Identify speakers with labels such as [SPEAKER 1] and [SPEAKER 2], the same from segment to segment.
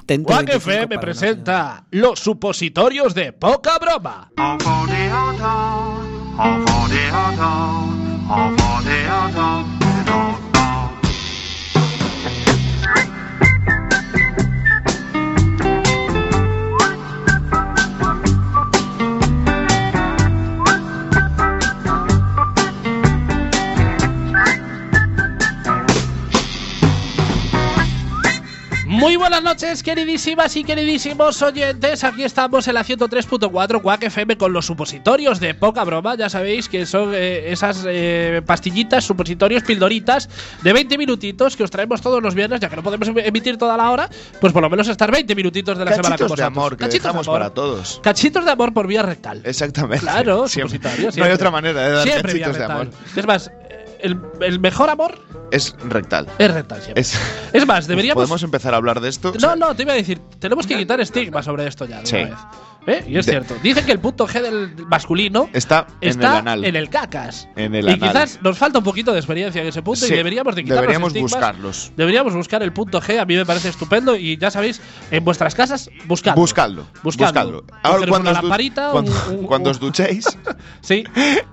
[SPEAKER 1] intento.
[SPEAKER 2] Juan
[SPEAKER 1] 25
[SPEAKER 2] FM
[SPEAKER 1] para
[SPEAKER 2] presenta los supositorios de poca broma. Muy buenas noches, queridísimas y queridísimos oyentes. Aquí estamos en la 103.4 Quack FM con los supositorios de poca broma. Ya sabéis que son eh, esas eh, pastillitas, supositorios, pildoritas de 20 minutitos que os traemos todos los viernes, ya que no podemos em- emitir toda la hora, pues por lo menos estar 20 minutitos de la semana con
[SPEAKER 3] Cachitos de
[SPEAKER 2] vosotros.
[SPEAKER 3] amor que
[SPEAKER 2] Cachitos de
[SPEAKER 3] dejamos
[SPEAKER 2] amor.
[SPEAKER 3] para todos.
[SPEAKER 2] Cachitos de amor por vía rectal.
[SPEAKER 3] Exactamente.
[SPEAKER 2] Claro,
[SPEAKER 3] Siempre.
[SPEAKER 2] supositorio,
[SPEAKER 3] No hay
[SPEAKER 2] siempre.
[SPEAKER 3] otra manera de dar
[SPEAKER 2] Siempre vía
[SPEAKER 3] cachitos de amor.
[SPEAKER 2] rectal. Es más, el, el mejor amor
[SPEAKER 3] Es rectal.
[SPEAKER 2] es rectal siempre.
[SPEAKER 3] Es-
[SPEAKER 2] Es más, deberíamos.
[SPEAKER 3] ¿Podemos empezar a hablar de esto? O
[SPEAKER 2] No,
[SPEAKER 3] sea,
[SPEAKER 2] no, te iba a decir, tenemos que quitar estigma sobre esto ya de
[SPEAKER 3] Sí.
[SPEAKER 2] una vez. ¿Eh? Y es
[SPEAKER 3] De-
[SPEAKER 2] cierto. Dicen que el punto G del masculino
[SPEAKER 3] Está, en el
[SPEAKER 2] está
[SPEAKER 3] anal.
[SPEAKER 2] en el cacas.
[SPEAKER 3] En el
[SPEAKER 2] y
[SPEAKER 3] anal.
[SPEAKER 2] quizás nos falta un poquito de experiencia en ese punto
[SPEAKER 3] Sí,
[SPEAKER 2] y deberíamos de quitar los
[SPEAKER 3] deberíamos
[SPEAKER 2] estigmas.
[SPEAKER 3] buscarlos.
[SPEAKER 2] Deberíamos buscar el punto G, a mí me parece estupendo y ya sabéis, en vuestras casas buscadlo.
[SPEAKER 3] Buscadlo.
[SPEAKER 2] Buscadlo.
[SPEAKER 3] Buscadlo. Ahora,
[SPEAKER 2] Cogeros una
[SPEAKER 3] cuando, os du-
[SPEAKER 2] lamparita,
[SPEAKER 3] cuando,
[SPEAKER 2] un- un-
[SPEAKER 3] cuando
[SPEAKER 2] un-
[SPEAKER 3] os duchéis,
[SPEAKER 2] Sí.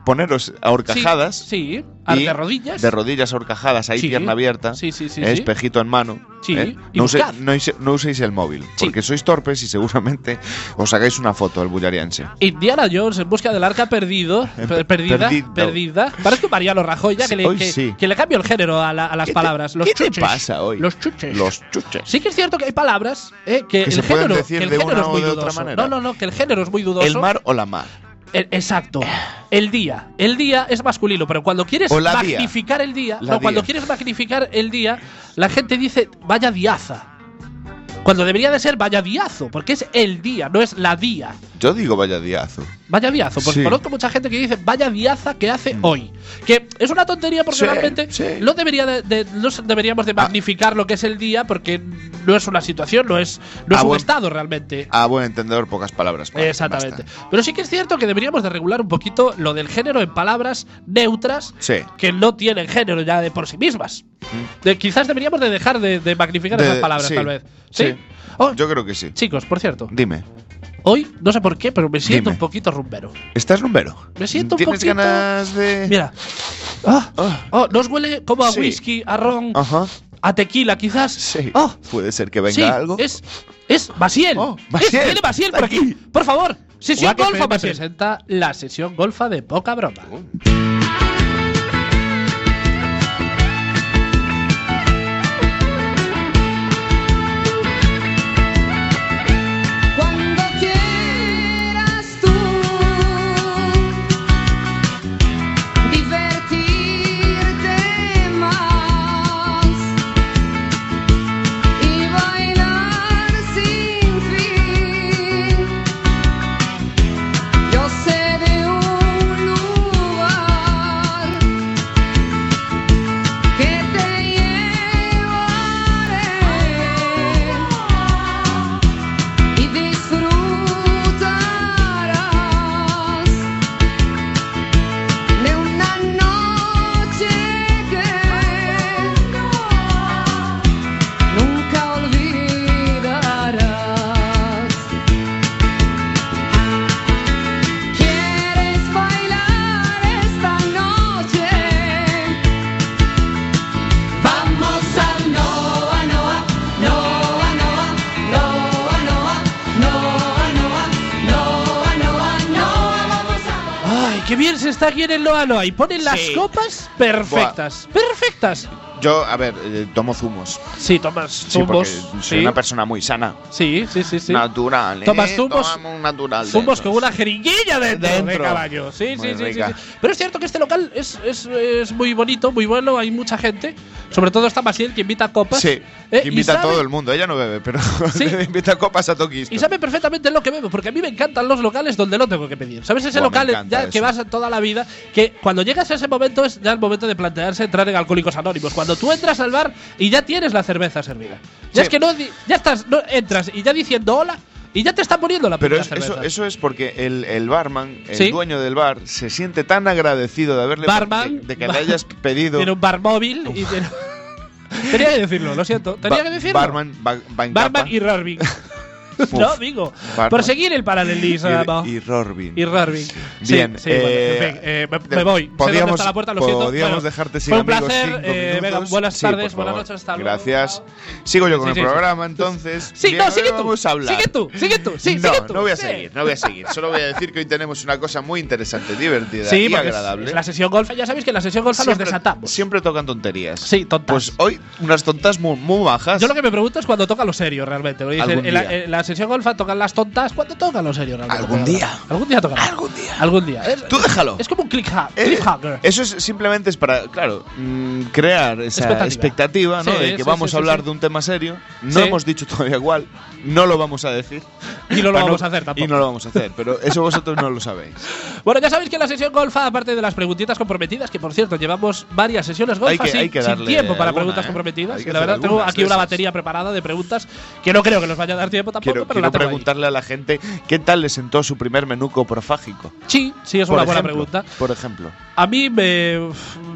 [SPEAKER 3] poneros
[SPEAKER 2] sí,
[SPEAKER 3] ahorcajadas.
[SPEAKER 2] Sí, Ah,
[SPEAKER 3] y
[SPEAKER 2] de rodillas.
[SPEAKER 3] De rodillas ahorcajadas, ahí
[SPEAKER 2] Sí.
[SPEAKER 3] pierna abierta.
[SPEAKER 2] Sí, sí, sí,
[SPEAKER 3] eh,
[SPEAKER 2] sí.
[SPEAKER 3] Espejito en mano.
[SPEAKER 2] Sí,
[SPEAKER 3] eh.
[SPEAKER 2] y
[SPEAKER 3] No, use-
[SPEAKER 2] buscad.
[SPEAKER 3] no use- no uséis el móvil,
[SPEAKER 2] Sí.
[SPEAKER 3] porque sois torpes y seguramente os hagáis una foto al bullariense.
[SPEAKER 2] Indiana Jones en busca del arca perdido,
[SPEAKER 3] Em-
[SPEAKER 2] per- perdida,
[SPEAKER 3] perdido.
[SPEAKER 2] perdida. Parece un Mariano Rajoy ya
[SPEAKER 3] Sí,
[SPEAKER 2] que le,
[SPEAKER 3] hoy
[SPEAKER 2] que,
[SPEAKER 3] sí.
[SPEAKER 2] que le cambio el género a, la- a las
[SPEAKER 3] ¿Qué te-
[SPEAKER 2] palabras. Los
[SPEAKER 3] ¿Qué te
[SPEAKER 2] chuches.
[SPEAKER 3] pasa hoy?
[SPEAKER 2] Los chuches.
[SPEAKER 3] Los chuches.
[SPEAKER 2] Sí que es cierto que hay palabras eh, que,
[SPEAKER 3] Que
[SPEAKER 2] el
[SPEAKER 3] se pueden
[SPEAKER 2] género,
[SPEAKER 3] decir
[SPEAKER 2] que el
[SPEAKER 3] de
[SPEAKER 2] género
[SPEAKER 3] una
[SPEAKER 2] es
[SPEAKER 3] o
[SPEAKER 2] muy
[SPEAKER 3] de otra
[SPEAKER 2] dudoso.
[SPEAKER 3] manera.
[SPEAKER 2] No, no, no, que el género es muy dudoso.
[SPEAKER 3] ¿El mar o la mar?
[SPEAKER 2] El- exacto. El día. El día es masculino, pero cuando quieres
[SPEAKER 3] O la día.
[SPEAKER 2] magnificar el día,
[SPEAKER 3] La
[SPEAKER 2] no, cuando
[SPEAKER 3] día.
[SPEAKER 2] quieres magnificar el día, la gente dice vaya diaza. Cuando debería de ser vaya diazo, porque es el día, no es la día.
[SPEAKER 3] Yo digo vaya diazo.
[SPEAKER 2] Vaya diazo, porque
[SPEAKER 3] Sí. Mm.
[SPEAKER 2] conozco mucha gente que dice vaya diaza que hace hoy. Que es una tontería porque
[SPEAKER 3] Sí,
[SPEAKER 2] realmente
[SPEAKER 3] sí. Ah.
[SPEAKER 2] no, debería de- de- no se- deberíamos de magnificar lo que es el día porque no es una situación, no es, no
[SPEAKER 3] Ah,
[SPEAKER 2] es un
[SPEAKER 3] bueno. pues
[SPEAKER 2] estado realmente.
[SPEAKER 3] A buen entendedor, pocas palabras. Vale,
[SPEAKER 2] Exactamente.
[SPEAKER 3] basta.
[SPEAKER 2] Pero sí que es cierto que deberíamos de regular un poquito lo del género en palabras neutras
[SPEAKER 3] Sí.
[SPEAKER 2] que no tienen género ya de por sí mismas. De- quizás deberíamos de dejar de, de magnificar
[SPEAKER 3] Mm. De-
[SPEAKER 2] esas palabras,
[SPEAKER 3] sí,
[SPEAKER 2] tal vez. Sí.
[SPEAKER 3] sí.
[SPEAKER 2] Oh,
[SPEAKER 3] Yo creo que sí.
[SPEAKER 2] chicos, por cierto,
[SPEAKER 3] Dime,
[SPEAKER 2] hoy no sé por qué, pero me siento
[SPEAKER 3] Dime.
[SPEAKER 2] un poquito rumbero.
[SPEAKER 3] ¿estás rumbero?
[SPEAKER 2] Me siento un
[SPEAKER 3] ¿Tienes
[SPEAKER 2] poquito-
[SPEAKER 3] ganas de.?
[SPEAKER 2] Mira. Ah,
[SPEAKER 3] Ah.
[SPEAKER 2] oh, nos huele como a
[SPEAKER 3] Sí.
[SPEAKER 2] whisky, a ron,
[SPEAKER 3] Ajá.
[SPEAKER 2] a tequila, quizás.
[SPEAKER 3] Sí.
[SPEAKER 2] Oh,
[SPEAKER 3] Puede ser que venga
[SPEAKER 2] sí,
[SPEAKER 3] algo.
[SPEAKER 2] Es, es Basiel.
[SPEAKER 3] Oh,
[SPEAKER 2] Es-
[SPEAKER 3] Basiel,
[SPEAKER 2] viene Basiel por
[SPEAKER 3] aquí.
[SPEAKER 2] aquí. Por favor, sesión
[SPEAKER 3] Guac
[SPEAKER 2] golfa
[SPEAKER 3] FM
[SPEAKER 2] Basiel. presenta la sesión golfa de poca broma.
[SPEAKER 4] Cuando quieras tú divertirte más y bailar sin fin, yo sé de un lugar que te llevaré y disfrutarás de una noche que nunca olvidarás. ¿Quieres bailar esta noche? Vamos a Noa, Noa, Noa, Noa, Noa, Noa, Noa, Noa, Noa, Noa, Noa, vamos a
[SPEAKER 2] Ay, qué bien se está aquí en el Noa Noa. Y ponen las
[SPEAKER 3] Sí.
[SPEAKER 2] copas perfectas. Perfectas.
[SPEAKER 3] Yo, a ver, eh, tomo zumos.
[SPEAKER 2] Sí, tomas
[SPEAKER 3] Sí, porque
[SPEAKER 2] zumos. Sí,
[SPEAKER 3] soy una persona muy sana.
[SPEAKER 2] sí, sí, sí. sí.
[SPEAKER 3] Natural. ¿eh?
[SPEAKER 2] Tomas zumos-
[SPEAKER 3] Tomo un natural. de
[SPEAKER 2] Zumos
[SPEAKER 3] esos.
[SPEAKER 2] con una jeringuilla dentro, de
[SPEAKER 3] Dentro.
[SPEAKER 2] caballo. Sí,
[SPEAKER 3] Muy
[SPEAKER 2] sí, sí, sí,
[SPEAKER 3] rica.
[SPEAKER 2] sí. Pero es cierto que este local es, es- es muy bonito, muy bueno, hay mucha gente. Sobre todo está Masiel que invita a copas.
[SPEAKER 3] Sí,
[SPEAKER 2] Eh,
[SPEAKER 3] que
[SPEAKER 2] y
[SPEAKER 3] invita a
[SPEAKER 2] sabe-
[SPEAKER 3] todo el mundo. Ella no bebe, pero
[SPEAKER 2] Sí.
[SPEAKER 3] invita copas a Toquis.
[SPEAKER 2] Y sabe perfectamente lo que bebo, porque a mí me encantan los locales donde no tengo que pedir. ¿Sabes? Ese
[SPEAKER 3] Buah, me
[SPEAKER 2] local
[SPEAKER 3] encanta
[SPEAKER 2] ya que
[SPEAKER 3] eso.
[SPEAKER 2] vas toda la vida, que cuando llegas a ese momento es ya el momento de plantearse entrar en Alcohólicos Anónimos. Cuando tú entras al bar y ya tienes la cerveza servida. Ya
[SPEAKER 3] Sí.
[SPEAKER 2] es que no, di- ya estás, no entras y ya diciendo hola y ya te están poniendo la
[SPEAKER 3] Pero
[SPEAKER 2] primera
[SPEAKER 3] es- eso,
[SPEAKER 2] cerveza.
[SPEAKER 3] eso es porque el, el barman, el
[SPEAKER 2] Sí.
[SPEAKER 3] dueño del bar, se siente tan agradecido de haberle
[SPEAKER 2] Barman.
[SPEAKER 3] de, de que le hayas pedido.
[SPEAKER 2] Tiene un bar móvil y tiene- Tenía que decirlo, lo siento. Tenía
[SPEAKER 3] Ba-
[SPEAKER 2] que decirlo.
[SPEAKER 3] Barman, ba- Van
[SPEAKER 2] Barman
[SPEAKER 3] Kappa
[SPEAKER 2] y Rorvik. no, amigo.
[SPEAKER 3] Barman.
[SPEAKER 2] Perseguir el paralelismo.
[SPEAKER 3] y, y Rorbin.
[SPEAKER 2] Y Rorvik. Sí,
[SPEAKER 3] Bien,
[SPEAKER 2] sí, bueno,
[SPEAKER 3] eh,
[SPEAKER 2] en fin, eh, me- me
[SPEAKER 3] de-
[SPEAKER 2] voy. Sé dónde
[SPEAKER 3] podíamos-
[SPEAKER 2] está la puerta, lo siento.
[SPEAKER 3] podíamos
[SPEAKER 2] Bueno,
[SPEAKER 3] dejarte sin
[SPEAKER 2] Fue un
[SPEAKER 3] amigos
[SPEAKER 2] placer.
[SPEAKER 3] cinco
[SPEAKER 2] eh, venga,
[SPEAKER 3] minutos.
[SPEAKER 2] buenas
[SPEAKER 3] Sí,
[SPEAKER 2] tardes,
[SPEAKER 3] por
[SPEAKER 2] buenas
[SPEAKER 3] favor.
[SPEAKER 2] noches, hasta luego.
[SPEAKER 3] Gracias. Sigo yo con
[SPEAKER 2] Sí,
[SPEAKER 3] el
[SPEAKER 2] sí, sí.
[SPEAKER 3] programa, entonces.
[SPEAKER 2] Sí,
[SPEAKER 3] Bien,
[SPEAKER 2] no, sigue
[SPEAKER 3] ahora
[SPEAKER 2] tú.
[SPEAKER 3] vamos a hablar.
[SPEAKER 2] Sigue tú, sigue tú. Sí,
[SPEAKER 3] no,
[SPEAKER 2] sigue tú.
[SPEAKER 3] no voy a
[SPEAKER 2] sí.
[SPEAKER 3] seguir, no voy a seguir. Solo voy a decir que hoy tenemos una cosa muy interesante, divertida
[SPEAKER 2] Sí,
[SPEAKER 3] y
[SPEAKER 2] porque es-
[SPEAKER 3] agradable.
[SPEAKER 2] es la sesión golfa, ya sabéis que en la sesión golfa nos desatamos.
[SPEAKER 3] siempre tocan tonterías.
[SPEAKER 2] Sí, tontas.
[SPEAKER 3] Pues hoy unas tontas muy, muy bajas. Eh,
[SPEAKER 2] Yo lo que me pregunto es cuando toca lo serio realmente. Porque dicen,
[SPEAKER 3] Algún
[SPEAKER 2] en, la,
[SPEAKER 3] día.
[SPEAKER 2] en la sesión golfa tocan las tontas. ¿Cuándo tocan lo serio realmente?
[SPEAKER 3] Algún día.
[SPEAKER 2] Algún día tocan.
[SPEAKER 3] Algún día.
[SPEAKER 2] Algún día. Es,
[SPEAKER 3] Tú déjalo.
[SPEAKER 2] es como un click hack.
[SPEAKER 3] Eh,
[SPEAKER 2] cliffhanger.
[SPEAKER 3] Eso es simplemente es para, claro, mm, crear esa
[SPEAKER 2] Expectativa.
[SPEAKER 3] expectativa, ¿no?
[SPEAKER 2] Sí,
[SPEAKER 3] de que
[SPEAKER 2] sí,
[SPEAKER 3] vamos
[SPEAKER 2] sí,
[SPEAKER 3] a
[SPEAKER 2] sí,
[SPEAKER 3] hablar
[SPEAKER 2] sí.
[SPEAKER 3] de un tema serio. No
[SPEAKER 2] Sí.
[SPEAKER 3] hemos dicho todavía cuál. No lo vamos a decir.
[SPEAKER 2] Y no lo
[SPEAKER 3] Para
[SPEAKER 2] vamos a hacer tampoco.
[SPEAKER 3] Y no lo vamos a hacer, pero eso vosotros no lo sabéis.
[SPEAKER 2] Bueno, ya sabéis que en la sesión golfa, aparte de las preguntitas comprometidas, que por cierto, llevamos varias sesiones golfa
[SPEAKER 3] Hay que-
[SPEAKER 2] sin,
[SPEAKER 3] hay que
[SPEAKER 2] sin
[SPEAKER 3] darle
[SPEAKER 2] tiempo para
[SPEAKER 3] alguna,
[SPEAKER 2] preguntas
[SPEAKER 3] ¿eh?
[SPEAKER 2] comprometidas.
[SPEAKER 3] Hay
[SPEAKER 2] Y
[SPEAKER 3] que
[SPEAKER 2] la
[SPEAKER 3] hacer
[SPEAKER 2] verdad, tengo
[SPEAKER 3] algunas
[SPEAKER 2] aquí
[SPEAKER 3] de
[SPEAKER 2] una
[SPEAKER 3] esas.
[SPEAKER 2] batería preparada de preguntas que no creo que nos vaya a dar tiempo tampoco,
[SPEAKER 3] Quiero,
[SPEAKER 2] pero
[SPEAKER 3] quiero
[SPEAKER 2] la tengo ahí.
[SPEAKER 3] preguntarle a la gente qué tal le sentó su primer menú coprofágico.
[SPEAKER 2] Sí, sí, es
[SPEAKER 3] Por
[SPEAKER 2] una buena
[SPEAKER 3] ejemplo,
[SPEAKER 2] pregunta.
[SPEAKER 3] Por ejemplo.
[SPEAKER 2] A mí me,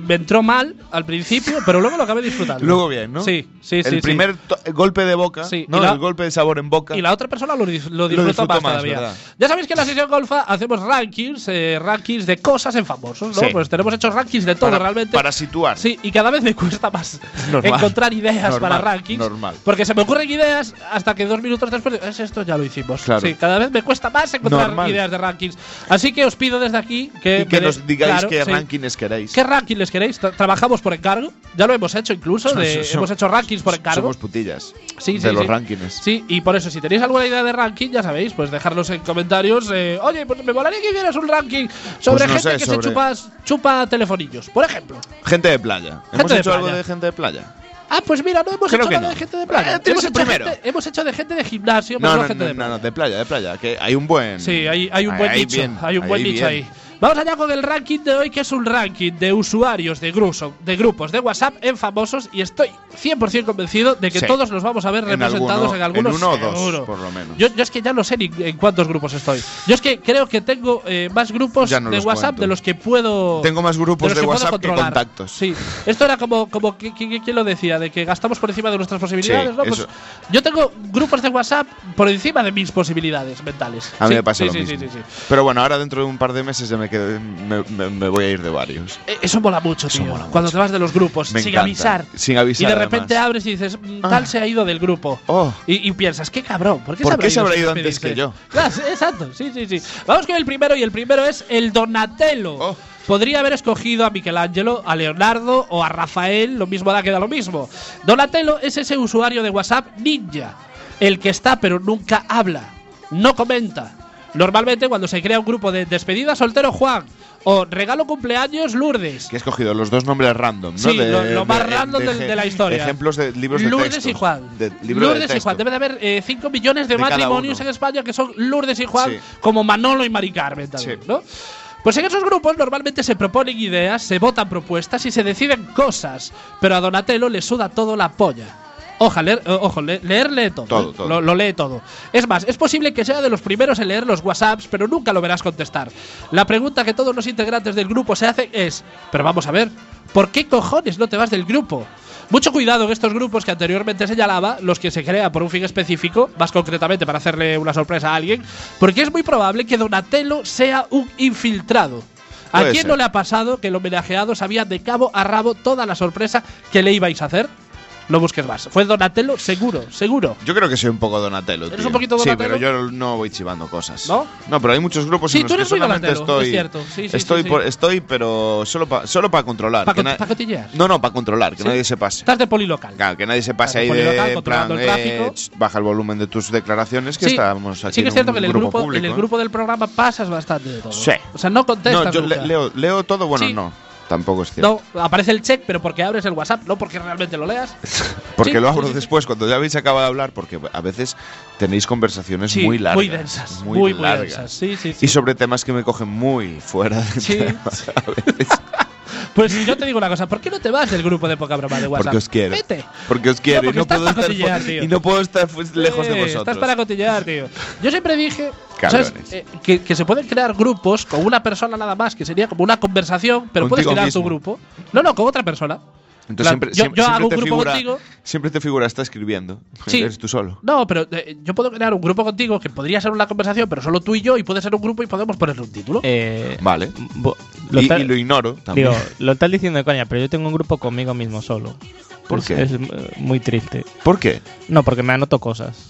[SPEAKER 2] me entró mal al principio, pero luego lo acabé disfrutando.
[SPEAKER 3] Luego bien, ¿no?
[SPEAKER 2] Sí, sí, sí.
[SPEAKER 3] el
[SPEAKER 2] sí.
[SPEAKER 3] primer to- eh, golpe de boca,
[SPEAKER 2] Sí, y
[SPEAKER 3] ¿no?
[SPEAKER 2] la-
[SPEAKER 3] el golpe de sabor en boca.
[SPEAKER 2] Y la otra persona lo, dis- lo disfruta
[SPEAKER 3] disfruto
[SPEAKER 2] más,
[SPEAKER 3] más,
[SPEAKER 2] todavía.
[SPEAKER 3] ¿verdad?
[SPEAKER 2] Ya sabéis que en la sesión golfa hacemos rankings, eh, rankings de cosas en famosos, ¿no?
[SPEAKER 3] Sí.
[SPEAKER 2] Pues tenemos hechos rankings de todo
[SPEAKER 3] para,
[SPEAKER 2] realmente.
[SPEAKER 3] para situar.
[SPEAKER 2] Sí, y cada vez me cuesta más
[SPEAKER 3] Normal.
[SPEAKER 2] encontrar ideas
[SPEAKER 3] Normal,
[SPEAKER 2] para rankings.
[SPEAKER 3] normal.
[SPEAKER 2] Porque se me ocurren ideas hasta que dos minutos después digo, es esto ya lo hicimos.
[SPEAKER 3] Claro.
[SPEAKER 2] Sí, cada vez me cuesta más encontrar
[SPEAKER 3] Normal.
[SPEAKER 2] ideas de rankings. Así que os pido desde aquí que.
[SPEAKER 3] y que
[SPEAKER 2] eh, me de-
[SPEAKER 3] nos digáis
[SPEAKER 2] Claro,
[SPEAKER 3] qué
[SPEAKER 2] sí.
[SPEAKER 3] rankings queréis.
[SPEAKER 2] ¿Qué ranking les queréis? Tra- Trabajamos por encargo. Ya lo hemos hecho incluso.
[SPEAKER 3] Somos-
[SPEAKER 2] de-
[SPEAKER 3] somos-
[SPEAKER 2] hemos hecho rankings por encargo.
[SPEAKER 3] Somos putillas
[SPEAKER 2] Sí, sí,
[SPEAKER 3] de los
[SPEAKER 2] sí.
[SPEAKER 3] rankings.
[SPEAKER 2] Sí, y por eso, si tenéis alguna idea de ranking, ya sabéis, pues dejarlos en comentarios. eh, Oye, pues me molaría que hicieras un ranking sobre
[SPEAKER 3] Pues no
[SPEAKER 2] gente
[SPEAKER 3] sé,
[SPEAKER 2] que
[SPEAKER 3] sobre-
[SPEAKER 2] se chupa, chupa telefonillos, por ejemplo.
[SPEAKER 3] Gente de playa.
[SPEAKER 2] Gente
[SPEAKER 3] ¿Hemos
[SPEAKER 2] de
[SPEAKER 3] hecho algo
[SPEAKER 2] playa.
[SPEAKER 3] de gente de playa?
[SPEAKER 2] Ah, pues mira, no hemos
[SPEAKER 3] Creo
[SPEAKER 2] hecho
[SPEAKER 3] que
[SPEAKER 2] nada
[SPEAKER 3] no.
[SPEAKER 2] de gente de playa.
[SPEAKER 3] Eh, tienes
[SPEAKER 2] hemos,
[SPEAKER 3] el
[SPEAKER 2] hecho
[SPEAKER 3] primero.
[SPEAKER 2] gente- hemos hecho de gente de gimnasio, pero
[SPEAKER 3] No,
[SPEAKER 2] no,
[SPEAKER 3] no, no,
[SPEAKER 2] gente de
[SPEAKER 3] no,
[SPEAKER 2] playa.
[SPEAKER 3] no, de playa, de playa. Que hay un buen.
[SPEAKER 2] Sí, hay, hay un buen
[SPEAKER 3] ahí
[SPEAKER 2] nicho.
[SPEAKER 3] bien,
[SPEAKER 2] hay un buen nicho
[SPEAKER 3] bien.
[SPEAKER 2] ahí. Vamos allá con el ranking de hoy, que es un ranking de usuarios de, gruso- de grupos de WhatsApp en famosos. Y estoy 100% convencido de que
[SPEAKER 3] Sí.
[SPEAKER 2] todos nos vamos a ver
[SPEAKER 3] En
[SPEAKER 2] representados
[SPEAKER 3] alguno-
[SPEAKER 2] en algunos.
[SPEAKER 3] en uno o dos,
[SPEAKER 2] seguro.
[SPEAKER 3] por lo menos.
[SPEAKER 2] Yo, yo es que ya no sé ni en cuántos grupos estoy. Yo es que creo que tengo eh, más grupos
[SPEAKER 3] Ya no
[SPEAKER 2] de
[SPEAKER 3] los
[SPEAKER 2] WhatsApp
[SPEAKER 3] cuento.
[SPEAKER 2] de los que puedo.
[SPEAKER 3] Tengo más grupos
[SPEAKER 2] los
[SPEAKER 3] de
[SPEAKER 2] que puedo
[SPEAKER 3] WhatsApp que
[SPEAKER 2] controlar.
[SPEAKER 3] contactos.
[SPEAKER 2] Sí. Esto era como, como que- que- que- ¿quién lo decía? De que gastamos por encima de nuestras posibilidades,
[SPEAKER 3] Sí,
[SPEAKER 2] ¿no? Pues
[SPEAKER 3] eso.
[SPEAKER 2] yo tengo grupos de WhatsApp por encima de mis posibilidades mentales.
[SPEAKER 3] A mí
[SPEAKER 2] Sí,
[SPEAKER 3] me pasa
[SPEAKER 2] sí,
[SPEAKER 3] lo
[SPEAKER 2] sí,
[SPEAKER 3] mismo.
[SPEAKER 2] sí, sí, sí.
[SPEAKER 3] Pero bueno, ahora dentro de un par de meses ya me, quedo, me, me- me voy a ir de varios.
[SPEAKER 2] Eh, Eso mola mucho, tío.
[SPEAKER 3] mola mucho.
[SPEAKER 2] Cuando te vas de los grupos,
[SPEAKER 3] Me
[SPEAKER 2] sin
[SPEAKER 3] encanta.
[SPEAKER 2] avisar.
[SPEAKER 3] Sin avisar,
[SPEAKER 2] Y de repente
[SPEAKER 3] además.
[SPEAKER 2] abres y dices, "Mm, tal
[SPEAKER 3] Ah.
[SPEAKER 2] se ha ido del grupo.
[SPEAKER 3] Oh.
[SPEAKER 2] Y, y piensas, qué cabrón, ¿por qué,
[SPEAKER 3] ¿Por qué se habrá
[SPEAKER 2] sin
[SPEAKER 3] ido
[SPEAKER 2] que me
[SPEAKER 3] antes que
[SPEAKER 2] dice?".
[SPEAKER 3] yo?
[SPEAKER 2] Claro, sí, exacto, sí, sí, sí. Vamos con el primero, y el primero es el Donatello.
[SPEAKER 3] Oh.
[SPEAKER 2] Podría haber escogido a Michelangelo, a Leonardo o a Rafael, lo mismo da que da lo mismo. Donatello es ese usuario de WhatsApp ninja, el que está pero nunca habla, no comenta. Normalmente cuando se crea un grupo de despedida soltero Juan o regalo cumpleaños Lourdes.
[SPEAKER 3] Que he escogido los dos nombres random, ¿no?
[SPEAKER 2] Sí, lo- lo más random del-
[SPEAKER 3] eje-
[SPEAKER 2] de la historia.
[SPEAKER 3] Ejemplos de libros de
[SPEAKER 2] Lourdes
[SPEAKER 3] texto.
[SPEAKER 2] y Juan.
[SPEAKER 3] De libro de
[SPEAKER 2] Lourdes y
[SPEAKER 3] texto.
[SPEAKER 2] Juan. Debe de haber 5 millones de,
[SPEAKER 3] De cada
[SPEAKER 2] matrimonios
[SPEAKER 3] uno.
[SPEAKER 2] en España que son Lourdes y Juan,
[SPEAKER 3] Sí.
[SPEAKER 2] como Manolo y Mari Carmen también,
[SPEAKER 3] Sí.
[SPEAKER 2] ¿no? Pues en esos grupos normalmente se proponen ideas, se votan propuestas y se deciden cosas, pero a Donatello le suda todo la polla. Oja, leer- eh, ojo, le- leer lee todo.
[SPEAKER 3] Todo,
[SPEAKER 2] ¿eh?
[SPEAKER 3] todo.
[SPEAKER 2] Lo, lo lee todo. Es más, es posible que sea de los primeros en leer los WhatsApps, pero nunca lo verás contestar. La pregunta que todos los integrantes del grupo se hacen es, pero vamos a ver, ¿por qué cojones no te vas del grupo? Mucho cuidado en estos grupos que anteriormente señalaba, los que se crean por un fin específico, más concretamente para hacerle una sorpresa a alguien, porque es muy probable que Donatello sea un infiltrado. ¿A
[SPEAKER 3] Puede
[SPEAKER 2] quién
[SPEAKER 3] ser.
[SPEAKER 2] no le ha pasado que el homenajeado sabía de cabo a rabo toda la sorpresa que le ibais a hacer? No busques más. Fue Donatello, seguro, seguro.
[SPEAKER 3] Yo creo que soy un poco Donatello.
[SPEAKER 2] ¿Eres
[SPEAKER 3] tío.
[SPEAKER 2] un poquito
[SPEAKER 3] Sí,
[SPEAKER 2] Donatello?
[SPEAKER 3] pero yo no voy chivando cosas.
[SPEAKER 2] ¿No?
[SPEAKER 3] No, pero hay muchos grupos
[SPEAKER 2] Sí,
[SPEAKER 3] en los
[SPEAKER 2] tú eres
[SPEAKER 3] que
[SPEAKER 2] muy
[SPEAKER 3] solamente
[SPEAKER 2] Donatello,
[SPEAKER 3] estoy.
[SPEAKER 2] es cierto. Sí, sí, sí,
[SPEAKER 3] estoy,
[SPEAKER 2] sí.
[SPEAKER 3] por- estoy, pero solo para solo pa controlar.
[SPEAKER 2] Pa co-
[SPEAKER 3] que na-
[SPEAKER 2] pa cotillear.
[SPEAKER 3] No, no, para controlar, que
[SPEAKER 2] Sí.
[SPEAKER 3] nadie se pase.
[SPEAKER 2] Estás de polilocal.
[SPEAKER 3] Claro, que nadie se pase
[SPEAKER 2] Claro,
[SPEAKER 3] ahí de
[SPEAKER 2] polilocal,
[SPEAKER 3] en
[SPEAKER 2] controlando
[SPEAKER 3] plan,
[SPEAKER 2] el tráfico.
[SPEAKER 3] eh, ch, baja el volumen de tus declaraciones que
[SPEAKER 2] Sí,
[SPEAKER 3] estamos aquí
[SPEAKER 2] sí que es
[SPEAKER 3] en
[SPEAKER 2] cierto
[SPEAKER 3] un
[SPEAKER 2] que en el, grupo,
[SPEAKER 3] público,
[SPEAKER 2] en el
[SPEAKER 3] ¿eh?
[SPEAKER 2] grupo del programa pasas bastante de todo. ¿eh?
[SPEAKER 3] Sí.
[SPEAKER 2] O sea, no contestas.
[SPEAKER 3] No, yo
[SPEAKER 2] nunca.
[SPEAKER 3] le- leo, leo todo, bueno,
[SPEAKER 2] Sí.
[SPEAKER 3] no. Tampoco es cierto.
[SPEAKER 2] No, aparece el check, pero porque abres el WhatsApp, no porque realmente lo leas.
[SPEAKER 3] porque
[SPEAKER 2] Sí,
[SPEAKER 3] lo
[SPEAKER 2] sí,
[SPEAKER 3] abro
[SPEAKER 2] sí, sí.
[SPEAKER 3] después, cuando ya habéis acabado de hablar, porque a veces tenéis conversaciones
[SPEAKER 2] Sí,
[SPEAKER 3] muy largas.
[SPEAKER 2] Muy densas. Muy, muy,
[SPEAKER 3] largas.
[SPEAKER 2] densas. Sí, sí, sí.
[SPEAKER 3] Y sobre temas que me cogen muy fuera de
[SPEAKER 2] Sí.
[SPEAKER 3] tema, a veces.
[SPEAKER 2] Pues yo te digo una cosa, ¿por qué no te vas del grupo de poca broma de WhatsApp?
[SPEAKER 3] Porque os quiero.
[SPEAKER 2] Vete.
[SPEAKER 3] Porque os quiero.
[SPEAKER 2] No, porque
[SPEAKER 3] y, no
[SPEAKER 2] estás
[SPEAKER 3] puedo
[SPEAKER 2] para
[SPEAKER 3] estar
[SPEAKER 2] cotillear,
[SPEAKER 3] fu-
[SPEAKER 2] tío.
[SPEAKER 3] y no puedo estar fu- lejos de
[SPEAKER 2] Eh,
[SPEAKER 3] vosotros.
[SPEAKER 2] Estás para cotillear, tío. Yo siempre dije,
[SPEAKER 3] Cabrones.
[SPEAKER 2] ¿sabes? Eh, que, que se pueden crear grupos con una persona nada más, que sería como una conversación, pero puedes
[SPEAKER 3] Contigo
[SPEAKER 2] crear tu
[SPEAKER 3] mismo.
[SPEAKER 2] grupo. No, no, con otra persona.
[SPEAKER 3] Entonces
[SPEAKER 2] La-
[SPEAKER 3] siempre,
[SPEAKER 2] yo-
[SPEAKER 3] siempre-
[SPEAKER 2] yo
[SPEAKER 3] siempre
[SPEAKER 2] hago un
[SPEAKER 3] te
[SPEAKER 2] grupo
[SPEAKER 3] figura,
[SPEAKER 2] contigo.
[SPEAKER 3] Siempre te figura, está escribiendo.
[SPEAKER 2] Sí.
[SPEAKER 3] Eres tú solo.
[SPEAKER 2] No, pero eh, yo puedo crear un grupo contigo que podría ser una conversación, pero solo tú y yo, y puede ser un grupo y podemos ponerle un título.
[SPEAKER 1] Eh,
[SPEAKER 3] Vale.
[SPEAKER 1] bo-
[SPEAKER 3] Y,
[SPEAKER 1] estás-
[SPEAKER 3] y lo ignoro también.
[SPEAKER 1] digo, lo estás diciendo de coña, pero yo tengo un grupo conmigo mismo solo.
[SPEAKER 3] ¿Por
[SPEAKER 1] es,
[SPEAKER 3] qué?
[SPEAKER 1] es, eh, muy triste.
[SPEAKER 3] ¿Por qué?
[SPEAKER 1] No, porque me anoto cosas.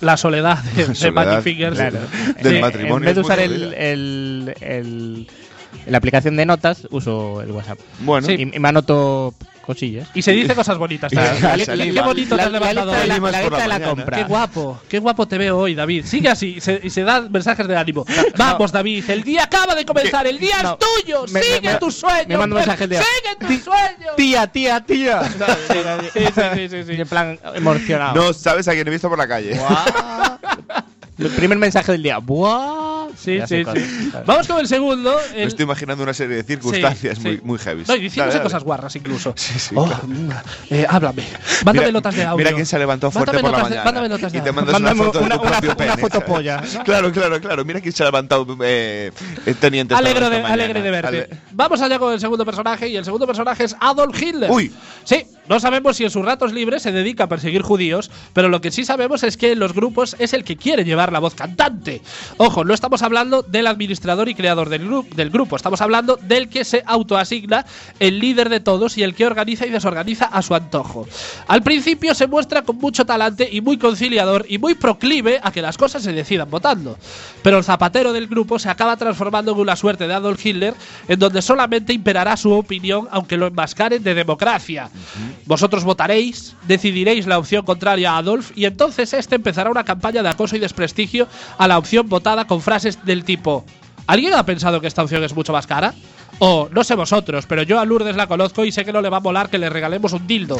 [SPEAKER 2] la soledad de, de
[SPEAKER 3] Soledad,
[SPEAKER 2] Magic Fingers.
[SPEAKER 1] Claro.
[SPEAKER 3] Del
[SPEAKER 1] Eh,
[SPEAKER 3] matrimonio
[SPEAKER 1] En vez de
[SPEAKER 3] es
[SPEAKER 1] usar
[SPEAKER 3] muy
[SPEAKER 1] el,
[SPEAKER 3] jodida.
[SPEAKER 1] el- el- la aplicación de notas, uso el WhatsApp.
[SPEAKER 3] Bueno,
[SPEAKER 1] Y, y me anoto cosillas.
[SPEAKER 2] Y se dice cosas bonitas.
[SPEAKER 3] Y-
[SPEAKER 2] tal.
[SPEAKER 3] La-
[SPEAKER 2] Qué-
[SPEAKER 3] la-
[SPEAKER 2] Qué bonito te has levantado
[SPEAKER 1] lista de
[SPEAKER 2] hoy.
[SPEAKER 1] la,
[SPEAKER 3] Ánimas
[SPEAKER 1] la
[SPEAKER 3] por
[SPEAKER 1] lista
[SPEAKER 3] la
[SPEAKER 1] de la
[SPEAKER 3] mañana.
[SPEAKER 1] compra.
[SPEAKER 2] Qué guapo, qué guapo te veo hoy, David. Sigue así, se- y se dan mensajes de ánimo. Vamos, David, el día acaba de comenzar, el día
[SPEAKER 1] No.
[SPEAKER 2] es tuyo.
[SPEAKER 1] Me-
[SPEAKER 2] sigue
[SPEAKER 1] me-
[SPEAKER 2] tus sueños.
[SPEAKER 1] me manda
[SPEAKER 2] per-
[SPEAKER 1] mensajes de-
[SPEAKER 2] Sigue tus sueños.
[SPEAKER 1] Tía, tía, tía.
[SPEAKER 2] Sí, sí, sí, sí, sí.
[SPEAKER 1] En plan emocionado.
[SPEAKER 3] no sabes a quién he visto por la calle.
[SPEAKER 1] Buah. El primer mensaje del día. Buah.
[SPEAKER 2] Sí,
[SPEAKER 1] Ya sé
[SPEAKER 2] sí,
[SPEAKER 1] cuál.
[SPEAKER 2] sí.
[SPEAKER 1] Claro.
[SPEAKER 2] Vamos con el segundo.
[SPEAKER 3] Me
[SPEAKER 2] el-
[SPEAKER 3] estoy imaginando una serie de circunstancias
[SPEAKER 2] Sí,
[SPEAKER 3] muy,
[SPEAKER 2] sí.
[SPEAKER 3] muy heavy.
[SPEAKER 2] No, y diciéndose
[SPEAKER 3] Dale, dale.
[SPEAKER 2] cosas guarras incluso.
[SPEAKER 3] Sí, sí,
[SPEAKER 2] Oh,
[SPEAKER 3] claro.
[SPEAKER 2] mm, eh, háblame. Mándame notas de audio.
[SPEAKER 3] Mira quién se levantó fuerte
[SPEAKER 2] Mándame
[SPEAKER 3] por la
[SPEAKER 2] notas de-
[SPEAKER 3] mañana.
[SPEAKER 2] mándame notas de
[SPEAKER 3] y te
[SPEAKER 2] audio.
[SPEAKER 3] mandas una
[SPEAKER 1] Mándame
[SPEAKER 3] foto
[SPEAKER 1] una-
[SPEAKER 3] de tu
[SPEAKER 1] una-
[SPEAKER 3] propio
[SPEAKER 1] una
[SPEAKER 3] pene.
[SPEAKER 1] foto polla, ¿no?
[SPEAKER 3] Claro, claro, claro. Mira quién se ha levantado eh, eh, teniente. esta-
[SPEAKER 2] Alegre
[SPEAKER 3] esta
[SPEAKER 2] de,
[SPEAKER 3] mañana.
[SPEAKER 2] alegre de verte.
[SPEAKER 3] Ale-
[SPEAKER 2] Vamos allá con el segundo personaje y el segundo personaje es Adolf Hitler.
[SPEAKER 3] Uy.
[SPEAKER 2] Sí, no sabemos si en sus ratos libres se dedica a perseguir judíos, pero lo que sí sabemos es que en los grupos es el que quiere llevar la voz cantante. Ojo, no estamos hablando del administrador y creador del, gru- del grupo, estamos hablando del que se autoasigna el líder de todos y el que organiza y desorganiza a su antojo. Al principio se muestra con mucho talante y muy conciliador y muy proclive a que las cosas se decidan votando. Pero el zapatero del grupo se acaba transformando en una suerte de Adolf Hitler en donde solamente imperará su opinión aunque lo enmascaren de democracia. Vosotros votaréis, decidiréis la opción contraria a Adolf y entonces este empezará una campaña de acoso y desprestigio a la opción votada con frases del tipo ¿Alguien ha pensado que esta opción es mucho más cara? O, no sé vosotros, pero yo a Lourdes la conozco y sé que no le va a molar que le regalemos un dildo.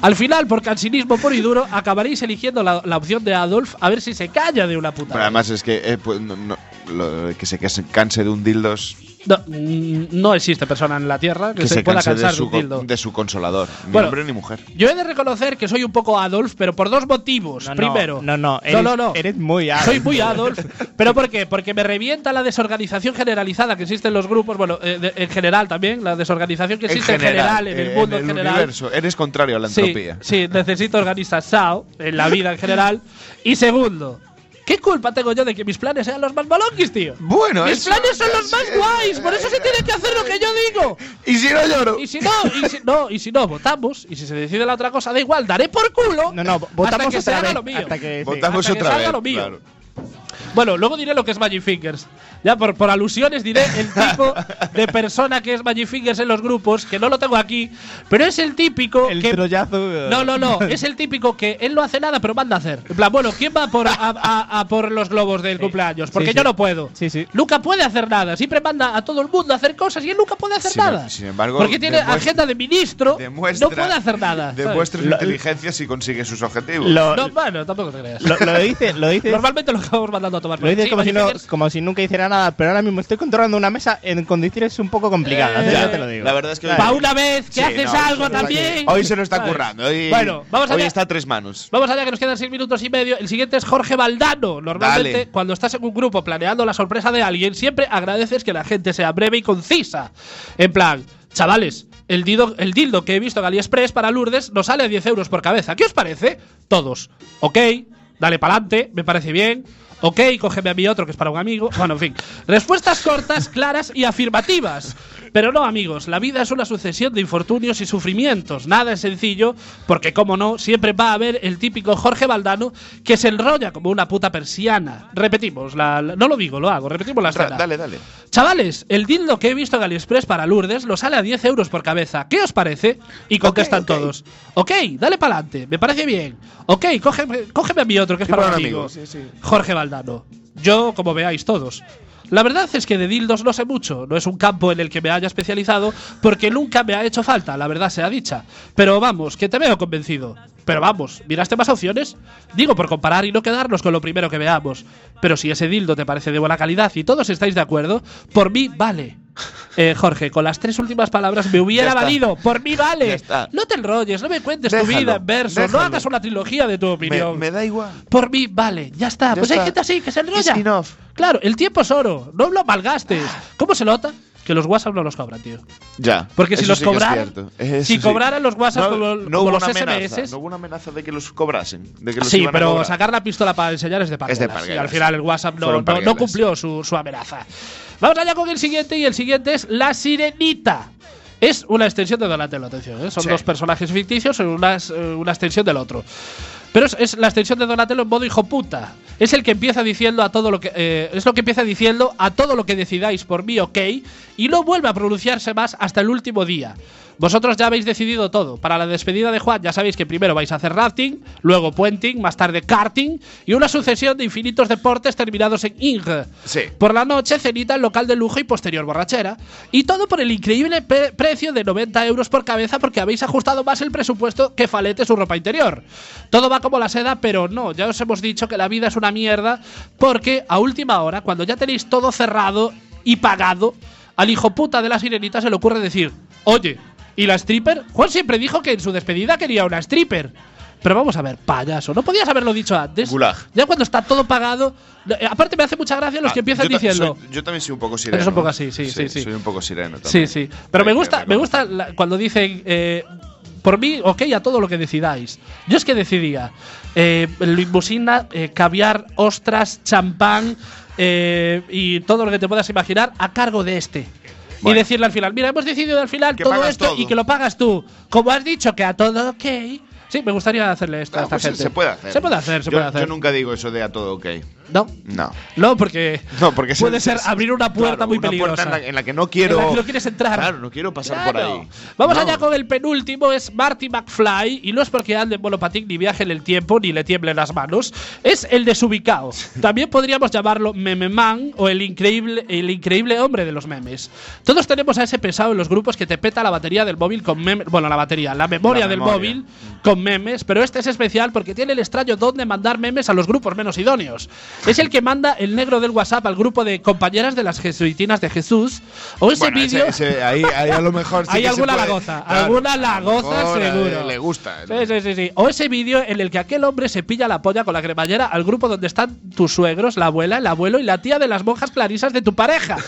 [SPEAKER 2] Al final, por cansinismo puro y duro, acabaréis eligiendo la, la opción de Adolf a ver si se calla de una puta.
[SPEAKER 3] Pero
[SPEAKER 2] vez.
[SPEAKER 3] además es que eh, pues, no- no- lo- que se que se canse de un dildos
[SPEAKER 2] No, mm, no existe persona en la Tierra que,
[SPEAKER 3] que
[SPEAKER 2] se,
[SPEAKER 3] se
[SPEAKER 2] pueda
[SPEAKER 3] canse de
[SPEAKER 2] cansar de
[SPEAKER 3] su,
[SPEAKER 2] un dildo.
[SPEAKER 3] co- de su consolador, ni
[SPEAKER 2] Bueno.
[SPEAKER 3] hombre ni mujer.
[SPEAKER 2] Yo he de reconocer que soy un poco Adolf, pero por dos motivos.
[SPEAKER 1] No, no,
[SPEAKER 2] Primero,
[SPEAKER 1] No, no. Eres,
[SPEAKER 2] no, no.
[SPEAKER 1] eres muy alto.
[SPEAKER 2] Soy muy Adolf. ¿Pero por qué? Porque me revienta la desorganización generalizada que existe en los grupos, bueno, eh, de- en general también, la desorganización que existe en general, en,
[SPEAKER 3] eh,
[SPEAKER 2] el mundo en, general.
[SPEAKER 3] universo. Eres contrario a la entropía.
[SPEAKER 2] Sí, sí, necesito organizar SAO en la vida en general. Y segundo, ¿qué culpa tengo yo de que mis planes sean los más malonquis, tío?
[SPEAKER 3] Bueno,
[SPEAKER 2] mis
[SPEAKER 3] eso-
[SPEAKER 2] planes son los más
[SPEAKER 3] sí.
[SPEAKER 2] guays, por eso se tiene que hacer lo que yo digo.
[SPEAKER 3] Y si no lloro.
[SPEAKER 2] Y si no, y si no, y si no, votamos, y si se decide la otra cosa, da igual, daré por culo.
[SPEAKER 1] No, no. Votamos
[SPEAKER 2] hasta que se
[SPEAKER 1] otra
[SPEAKER 2] haga
[SPEAKER 1] vez.
[SPEAKER 2] lo mío.
[SPEAKER 1] Hasta que, sí.
[SPEAKER 3] Votamos
[SPEAKER 2] hasta que
[SPEAKER 3] otra
[SPEAKER 2] salga
[SPEAKER 3] vez.
[SPEAKER 2] lo mío.
[SPEAKER 3] claro.
[SPEAKER 2] Bueno, luego diré lo que es Magic Fingers. Ya por, por alusiones diré el tipo de persona que es Magic Fingers en los grupos, que no lo tengo aquí, pero es el típico
[SPEAKER 1] El
[SPEAKER 2] que.
[SPEAKER 1] trollazo.
[SPEAKER 2] No, no, no. Es el típico que él no hace nada, pero manda a hacer. En plan, bueno, ¿quién va por, a, a- a por los globos del cumpleaños? Porque
[SPEAKER 1] Sí, sí.
[SPEAKER 2] yo no puedo.
[SPEAKER 1] Sí, sí.
[SPEAKER 2] Nunca puede hacer nada. Siempre manda a todo el mundo a hacer cosas y él nunca puede hacer
[SPEAKER 3] Sin- em-
[SPEAKER 2] nada.
[SPEAKER 3] sin embargo,
[SPEAKER 2] porque tiene
[SPEAKER 3] demuestra-
[SPEAKER 2] agenda de ministro.
[SPEAKER 3] Demuestra,
[SPEAKER 2] no puede hacer nada. ¿sabes?
[SPEAKER 3] Demuestra su
[SPEAKER 1] Lo-
[SPEAKER 3] inteligencia si consigue sus objetivos.
[SPEAKER 1] Lo,
[SPEAKER 2] No, bueno, tampoco te creas.
[SPEAKER 1] lo, lo dice. Lo dice.
[SPEAKER 2] Normalmente lo acabamos mandando a tomar.
[SPEAKER 1] Lo dices
[SPEAKER 2] Sí,
[SPEAKER 1] como, si
[SPEAKER 2] Magic
[SPEAKER 1] no,
[SPEAKER 2] Fingers.
[SPEAKER 1] como si nunca hiciera nada, pero ahora mismo estoy controlando una mesa en condiciones un poco complicadas,
[SPEAKER 2] Eh,
[SPEAKER 1] ya te lo digo.
[SPEAKER 3] La verdad es que
[SPEAKER 2] Pa' una vez que
[SPEAKER 3] Sí,
[SPEAKER 2] haces
[SPEAKER 3] no, hoy
[SPEAKER 2] algo
[SPEAKER 3] se nos está-
[SPEAKER 2] también.
[SPEAKER 3] Hoy se lo está
[SPEAKER 2] ¿Sabes?
[SPEAKER 3] currando. Hoy,
[SPEAKER 2] Bueno, vamos
[SPEAKER 3] hoy
[SPEAKER 2] allá.
[SPEAKER 3] está a tres manos.
[SPEAKER 2] Vamos allá, que nos quedan seis minutos y medio. El siguiente es Jorge Valdano. Normalmente,
[SPEAKER 3] Dale.
[SPEAKER 2] cuando estás en un grupo planeando la sorpresa de alguien, siempre agradeces que la gente sea breve y concisa. En plan, chavales, el dildo, el dildo que he visto en AliExpress para Lourdes nos sale a 10 euros por cabeza. ¿Qué os parece? Todos. Ok, dale para adelante, me parece bien. Ok, cógeme a mí otro que es para un amigo. Bueno, en fin. Respuestas cortas, claras y afirmativas. Pero no, amigos, la vida es una sucesión de infortunios y sufrimientos. Nada es sencillo, porque, como no, siempre va a haber el típico Jorge Valdano que se enrolla como una puta persiana. Repetimos, la- la- no lo digo, lo hago, repetimos la
[SPEAKER 3] Ra-
[SPEAKER 2] escena.
[SPEAKER 3] Dale, dale.
[SPEAKER 2] Chavales, el dildo que he visto en AliExpress para Lourdes lo sale a 10 euros por cabeza. ¿Qué os parece? Y contestan
[SPEAKER 3] ok.
[SPEAKER 2] todos. Ok, dale para adelante, me parece bien. Ok, cógeme, cógeme a mi otro, que es
[SPEAKER 3] Sí,
[SPEAKER 2] para un
[SPEAKER 3] para un
[SPEAKER 2] amigo.
[SPEAKER 3] amigo,
[SPEAKER 2] Jorge Valdano. Yo, como veáis todos. La verdad es que de dildos no sé mucho, no es un campo en el que me haya especializado, porque nunca me ha hecho falta, la verdad sea dicha. Pero vamos, que te veo convencido. Pero vamos, ¿miraste más opciones? Digo por comparar y no quedarnos con lo primero que veamos. Pero si ese dildo te parece de buena calidad y todos estáis de acuerdo, por mí vale. Eh, Jorge, con las tres últimas palabras me hubiera
[SPEAKER 3] está.
[SPEAKER 2] valido. Por mí vale.
[SPEAKER 3] Ya está.
[SPEAKER 2] No te enrolles, no me cuentes tu
[SPEAKER 3] Déjalo,
[SPEAKER 2] vida en verso,
[SPEAKER 3] déjalo.
[SPEAKER 2] no hagas una trilogía de tu
[SPEAKER 3] Me,
[SPEAKER 2] opinión.
[SPEAKER 3] me da igual.
[SPEAKER 2] Por mí, vale, ya está.
[SPEAKER 3] Ya
[SPEAKER 2] pues hay
[SPEAKER 3] está.
[SPEAKER 2] gente así que se
[SPEAKER 3] It's
[SPEAKER 2] enrolla.
[SPEAKER 3] enough. Ah.
[SPEAKER 2] Claro, el tiempo es oro, no lo malgastes. ¿Cómo se nota? que los WhatsApp no los cobran, tío.
[SPEAKER 3] Ya.
[SPEAKER 2] Porque si
[SPEAKER 3] eso
[SPEAKER 2] los
[SPEAKER 3] sí que es
[SPEAKER 2] cobraran-
[SPEAKER 3] cierto. Eso
[SPEAKER 2] si
[SPEAKER 3] sí.
[SPEAKER 2] cobraran los WhatsApp
[SPEAKER 3] No-
[SPEAKER 2] como,
[SPEAKER 3] no
[SPEAKER 2] como
[SPEAKER 3] hubo
[SPEAKER 2] los
[SPEAKER 3] una
[SPEAKER 2] SMS.
[SPEAKER 3] Amenaza, no hubo una amenaza de que los cobrasen. De que los
[SPEAKER 2] Ah, sí,
[SPEAKER 3] iban a
[SPEAKER 2] pero
[SPEAKER 3] cobrar.
[SPEAKER 2] sacar la pistola para enseñar es de parguelas.
[SPEAKER 3] Es de
[SPEAKER 2] Y
[SPEAKER 3] parguelas.
[SPEAKER 2] al final el WhatsApp no,
[SPEAKER 3] Fueron
[SPEAKER 2] no- no
[SPEAKER 3] parguelas.
[SPEAKER 2] cumplió su, su amenaza. Vamos allá con el siguiente, y el siguiente es La Sirenita. Es una extensión de Donatello, atención. ¿eh? Son
[SPEAKER 3] Sí.
[SPEAKER 2] dos personajes ficticios, son unas, eh, una extensión del otro. Pero es, es la extensión de Donatello en modo hijo puta. Es el que empieza diciendo a todo lo que. eh, es lo que empieza diciendo a todo lo que decidáis por mí, ok. Y no vuelve a pronunciarse más hasta el último día. Vosotros ya habéis decidido todo. Para la despedida de Juan, ya sabéis que primero vais a hacer rafting, luego puenting, más tarde karting y una sucesión de infinitos deportes terminados en ing.
[SPEAKER 3] Sí.
[SPEAKER 2] Por la noche, cenita en local de lujo y posterior borrachera. Y todo por el increíble pe- precio de 90 euros por cabeza porque habéis ajustado más el presupuesto que falete su ropa interior. Todo va como la seda, pero no, ya os hemos dicho que la vida es una mierda porque a última hora, cuando ya tenéis todo cerrado y pagado, al hijo puta de la sirenita se le ocurre decir, oye, ¿y la stripper? Juan siempre dijo que en su despedida quería una stripper. Pero vamos a ver, payaso, ¿no podías haberlo dicho antes?
[SPEAKER 3] Gulag.
[SPEAKER 2] Ya cuando está todo pagado. no, eh, Aparte, me hace mucha gracia los
[SPEAKER 3] Ah,
[SPEAKER 2] que empiezan
[SPEAKER 3] yo ta-
[SPEAKER 2] diciendo.
[SPEAKER 3] soy- yo también soy un poco sireno.
[SPEAKER 2] Eres un poco
[SPEAKER 3] ¿eh?
[SPEAKER 2] así, sí, sí, sí.
[SPEAKER 3] Soy un poco sireno
[SPEAKER 2] Sí,
[SPEAKER 3] también.
[SPEAKER 2] sí. Pero me
[SPEAKER 3] Hay que Ah,
[SPEAKER 2] gusta, me gusta
[SPEAKER 3] reconocerlo.
[SPEAKER 2] la- cuando dicen. eh, por mí, ok, a todo lo que decidáis. Yo es que decidía. Eh, limusina, eh, caviar, ostras, champán eh, y todo lo que te puedas imaginar a cargo de este.
[SPEAKER 3] Bueno.
[SPEAKER 2] Y decirle al final, mira, hemos decidido al final
[SPEAKER 3] Que
[SPEAKER 2] todo
[SPEAKER 3] pagas
[SPEAKER 2] esto
[SPEAKER 3] todo.
[SPEAKER 2] y que lo pagas tú. Como has dicho que a todo ok. Sí, me gustaría hacerle esto a
[SPEAKER 3] Ah,
[SPEAKER 2] esta
[SPEAKER 3] pues
[SPEAKER 2] gente.
[SPEAKER 3] Se puede hacer.
[SPEAKER 2] Se puede hacer, se
[SPEAKER 3] Yo-
[SPEAKER 2] puede hacer.
[SPEAKER 3] Yo nunca digo eso de a todo ok.
[SPEAKER 2] No.
[SPEAKER 3] No.
[SPEAKER 2] No, porque,
[SPEAKER 3] No, porque es-
[SPEAKER 2] puede ser
[SPEAKER 3] es-
[SPEAKER 2] abrir una puerta
[SPEAKER 3] claro,
[SPEAKER 2] muy
[SPEAKER 3] una
[SPEAKER 2] peligrosa.
[SPEAKER 3] puerta en, la, en la que no quiero.
[SPEAKER 2] En la que no quieres entrar.
[SPEAKER 3] Claro, no quiero pasar por
[SPEAKER 2] Claro.
[SPEAKER 3] ahí.
[SPEAKER 2] Vamos
[SPEAKER 3] No.
[SPEAKER 2] allá con el penúltimo, es Marty McFly, y no es porque ande en monopatín, ni viaje en el tiempo, ni le tiemblen las manos, es el desubicado. También podríamos llamarlo Mememan o el increíble, el increíble hombre de los memes. Todos tenemos a ese pesado en los grupos que te peta la batería del móvil con memes, bueno, la batería, la memoria,
[SPEAKER 3] La
[SPEAKER 2] del
[SPEAKER 3] memoria.
[SPEAKER 2] móvil con memes, pero este es especial porque tiene el extraño don de mandar memes a los grupos menos idóneos. Es el que manda el negro del WhatsApp al grupo de compañeras de las jesuitinas de Jesús, o ese
[SPEAKER 3] Bueno, ese-
[SPEAKER 2] vídeo...
[SPEAKER 3] ese- ahí, ahí a lo mejor sí
[SPEAKER 2] Hay
[SPEAKER 3] que se
[SPEAKER 2] alguna
[SPEAKER 3] puede-
[SPEAKER 2] lagoza,
[SPEAKER 3] Claro,
[SPEAKER 2] alguna
[SPEAKER 3] a lo
[SPEAKER 2] lagoza
[SPEAKER 3] mejor, eh,
[SPEAKER 2] seguro.
[SPEAKER 3] Le gusta.
[SPEAKER 2] Sí, sí, sí, sí. O ese vídeo en el que aquel hombre se pilla la polla con la cremallera al grupo donde están tus suegros, la abuela, el abuelo y la tía de las monjas clarisas de tu pareja.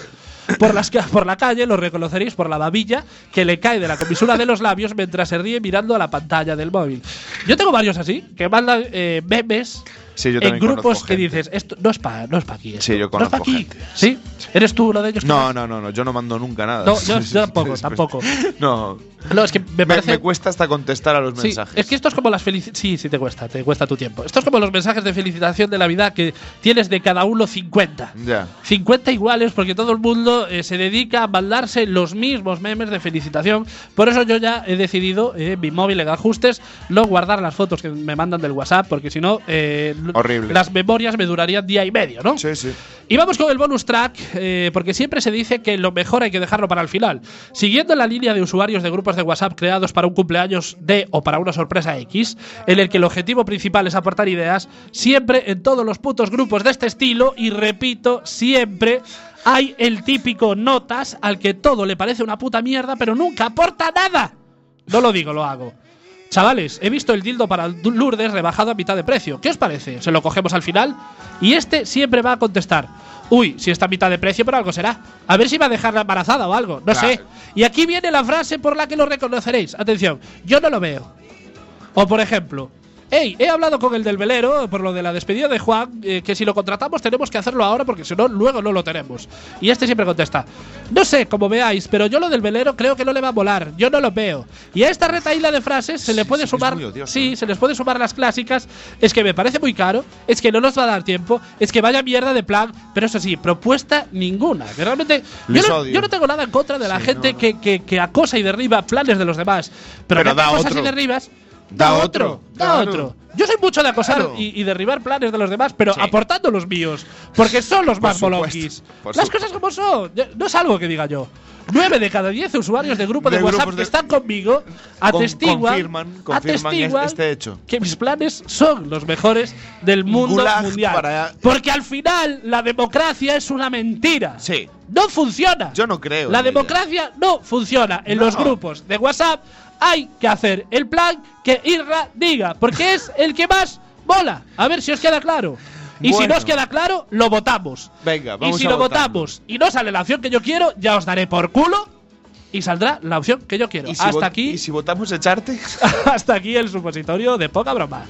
[SPEAKER 2] Por, las, ca- por la calle lo reconoceréis por la babilla que le cae de la comisura de los labios mientras se ríe mirando a la pantalla del móvil. Yo tengo varios así que mandan eh, memes
[SPEAKER 3] Sí, yo
[SPEAKER 2] en
[SPEAKER 3] también
[SPEAKER 2] grupos
[SPEAKER 3] conozco
[SPEAKER 2] que
[SPEAKER 3] gente.
[SPEAKER 2] dices, esto no es para no es pa aquí. esto.
[SPEAKER 3] Sí, yo
[SPEAKER 2] No es pa'
[SPEAKER 3] conozco
[SPEAKER 2] aquí.
[SPEAKER 3] gente.
[SPEAKER 2] ¿Sí? ¿Eres tú uno de ellos?
[SPEAKER 3] No, no, no, no, yo no mando nunca nada.
[SPEAKER 2] No, yo- yo tampoco, tampoco.
[SPEAKER 3] No,
[SPEAKER 2] No, es que me
[SPEAKER 3] me,
[SPEAKER 2] parece.
[SPEAKER 3] me cuesta hasta contestar a los
[SPEAKER 2] Sí,
[SPEAKER 3] mensajes.
[SPEAKER 2] es que esto es como las felicidades. Sí, sí, te cuesta, te cuesta tu tiempo. Esto es como los mensajes de felicitación de Navidad que tienes de cada uno 50.
[SPEAKER 3] Ya.
[SPEAKER 2] 50 iguales porque todo el mundo eh, se dedica a mandarse los mismos memes de felicitación. Por eso yo ya he decidido eh, en mi móvil en ajustes no guardar las fotos que me mandan del WhatsApp porque si no eh, l-
[SPEAKER 3] Horrible.
[SPEAKER 2] las memorias me durarían día y medio, ¿no?
[SPEAKER 3] Sí, sí.
[SPEAKER 2] Y vamos con el bonus track, eh, porque siempre se dice que lo mejor hay que dejarlo para el final. Siguiendo la línea de usuarios de grupos de WhatsApp creados para un cumpleaños de o para una sorpresa X, en el que el objetivo principal es aportar ideas, siempre en todos los putos grupos de este estilo, y repito, siempre hay el típico notas al que todo le parece una puta mierda, pero nunca aporta nada. No lo digo, lo hago. Chavales, he visto el dildo para Lourdes rebajado a mitad de precio. ¿Qué os parece? ¿Se lo cogemos al final? Y este siempre va a contestar. Uy, si está a mitad de precio, pero algo será. A ver si va a dejarla embarazada o algo. No sé.
[SPEAKER 3] Claro.
[SPEAKER 2] Y aquí viene la frase por la que lo reconoceréis. Atención, yo no lo veo. O por ejemplo, hey, he hablado con el del velero por lo de la despedida de Juan, eh, que si lo contratamos tenemos que hacerlo ahora porque si no, luego no lo tenemos. Y este siempre contesta, no sé, como veáis, pero yo lo del velero creo que no le va a volar, yo no lo veo. Y a esta retaíla de frases se le
[SPEAKER 3] Sí,
[SPEAKER 2] puede
[SPEAKER 3] sí, es
[SPEAKER 2] sumar...
[SPEAKER 3] muy odioso,
[SPEAKER 2] sí,
[SPEAKER 3] ¿eh?
[SPEAKER 2] se les puede sumar las clásicas, es que me parece muy caro, es que no nos va a dar tiempo, es que vaya mierda de plan, pero eso sí, propuesta ninguna. Que realmente... Yo
[SPEAKER 3] Les
[SPEAKER 2] no,
[SPEAKER 3] odio.
[SPEAKER 2] yo no tengo nada en contra de la
[SPEAKER 3] Sí,
[SPEAKER 2] gente
[SPEAKER 3] no, no.
[SPEAKER 2] Que, que- que acosa y derriba planes de los demás, pero,
[SPEAKER 3] Pero
[SPEAKER 2] que hace
[SPEAKER 3] da
[SPEAKER 2] cosas
[SPEAKER 3] otro.
[SPEAKER 2] y derribas...
[SPEAKER 3] Da otro,
[SPEAKER 2] da
[SPEAKER 3] claro.
[SPEAKER 2] otro. Yo soy mucho de acosar
[SPEAKER 3] Claro.
[SPEAKER 2] y, y derribar planes de los demás, pero
[SPEAKER 3] Sí.
[SPEAKER 2] aportando los míos, porque son los
[SPEAKER 3] Por
[SPEAKER 2] más
[SPEAKER 3] supuesto,
[SPEAKER 2] bolonquis.
[SPEAKER 3] por
[SPEAKER 2] Las cosas
[SPEAKER 3] supuesto.
[SPEAKER 2] como son, Yo- no es algo que diga yo. Nueve de cada diez usuarios de grupo de,
[SPEAKER 3] De
[SPEAKER 2] WhatsApp
[SPEAKER 3] grupos
[SPEAKER 2] que
[SPEAKER 3] de-
[SPEAKER 2] están conmigo
[SPEAKER 3] Con-
[SPEAKER 2] atestiguan,
[SPEAKER 3] confirman- confirman
[SPEAKER 2] atestiguan
[SPEAKER 3] este hecho.
[SPEAKER 2] que mis planes son los mejores del mundo
[SPEAKER 3] Gulag
[SPEAKER 2] mundial.
[SPEAKER 3] para-
[SPEAKER 2] Porque al final la democracia es una mentira.
[SPEAKER 3] Sí.
[SPEAKER 2] No funciona.
[SPEAKER 3] Yo no creo
[SPEAKER 2] La
[SPEAKER 3] en ella.
[SPEAKER 2] democracia no funciona. En
[SPEAKER 3] No.
[SPEAKER 2] los grupos de WhatsApp hay que hacer el plan que Irra diga, porque es el que más mola. A ver si os queda claro. Y si
[SPEAKER 3] Bueno.
[SPEAKER 2] nos queda claro, lo votamos.
[SPEAKER 3] Venga, vamos
[SPEAKER 2] Y si
[SPEAKER 3] a
[SPEAKER 2] lo
[SPEAKER 3] votar.
[SPEAKER 2] votamos y no sale la opción que yo quiero, ya os daré por culo y saldrá la opción que yo quiero.
[SPEAKER 3] ¿Y si
[SPEAKER 2] hasta
[SPEAKER 3] vot-
[SPEAKER 2] aquí,
[SPEAKER 3] ¿Y si votamos echarte?
[SPEAKER 2] hasta aquí el supositorio de poca broma.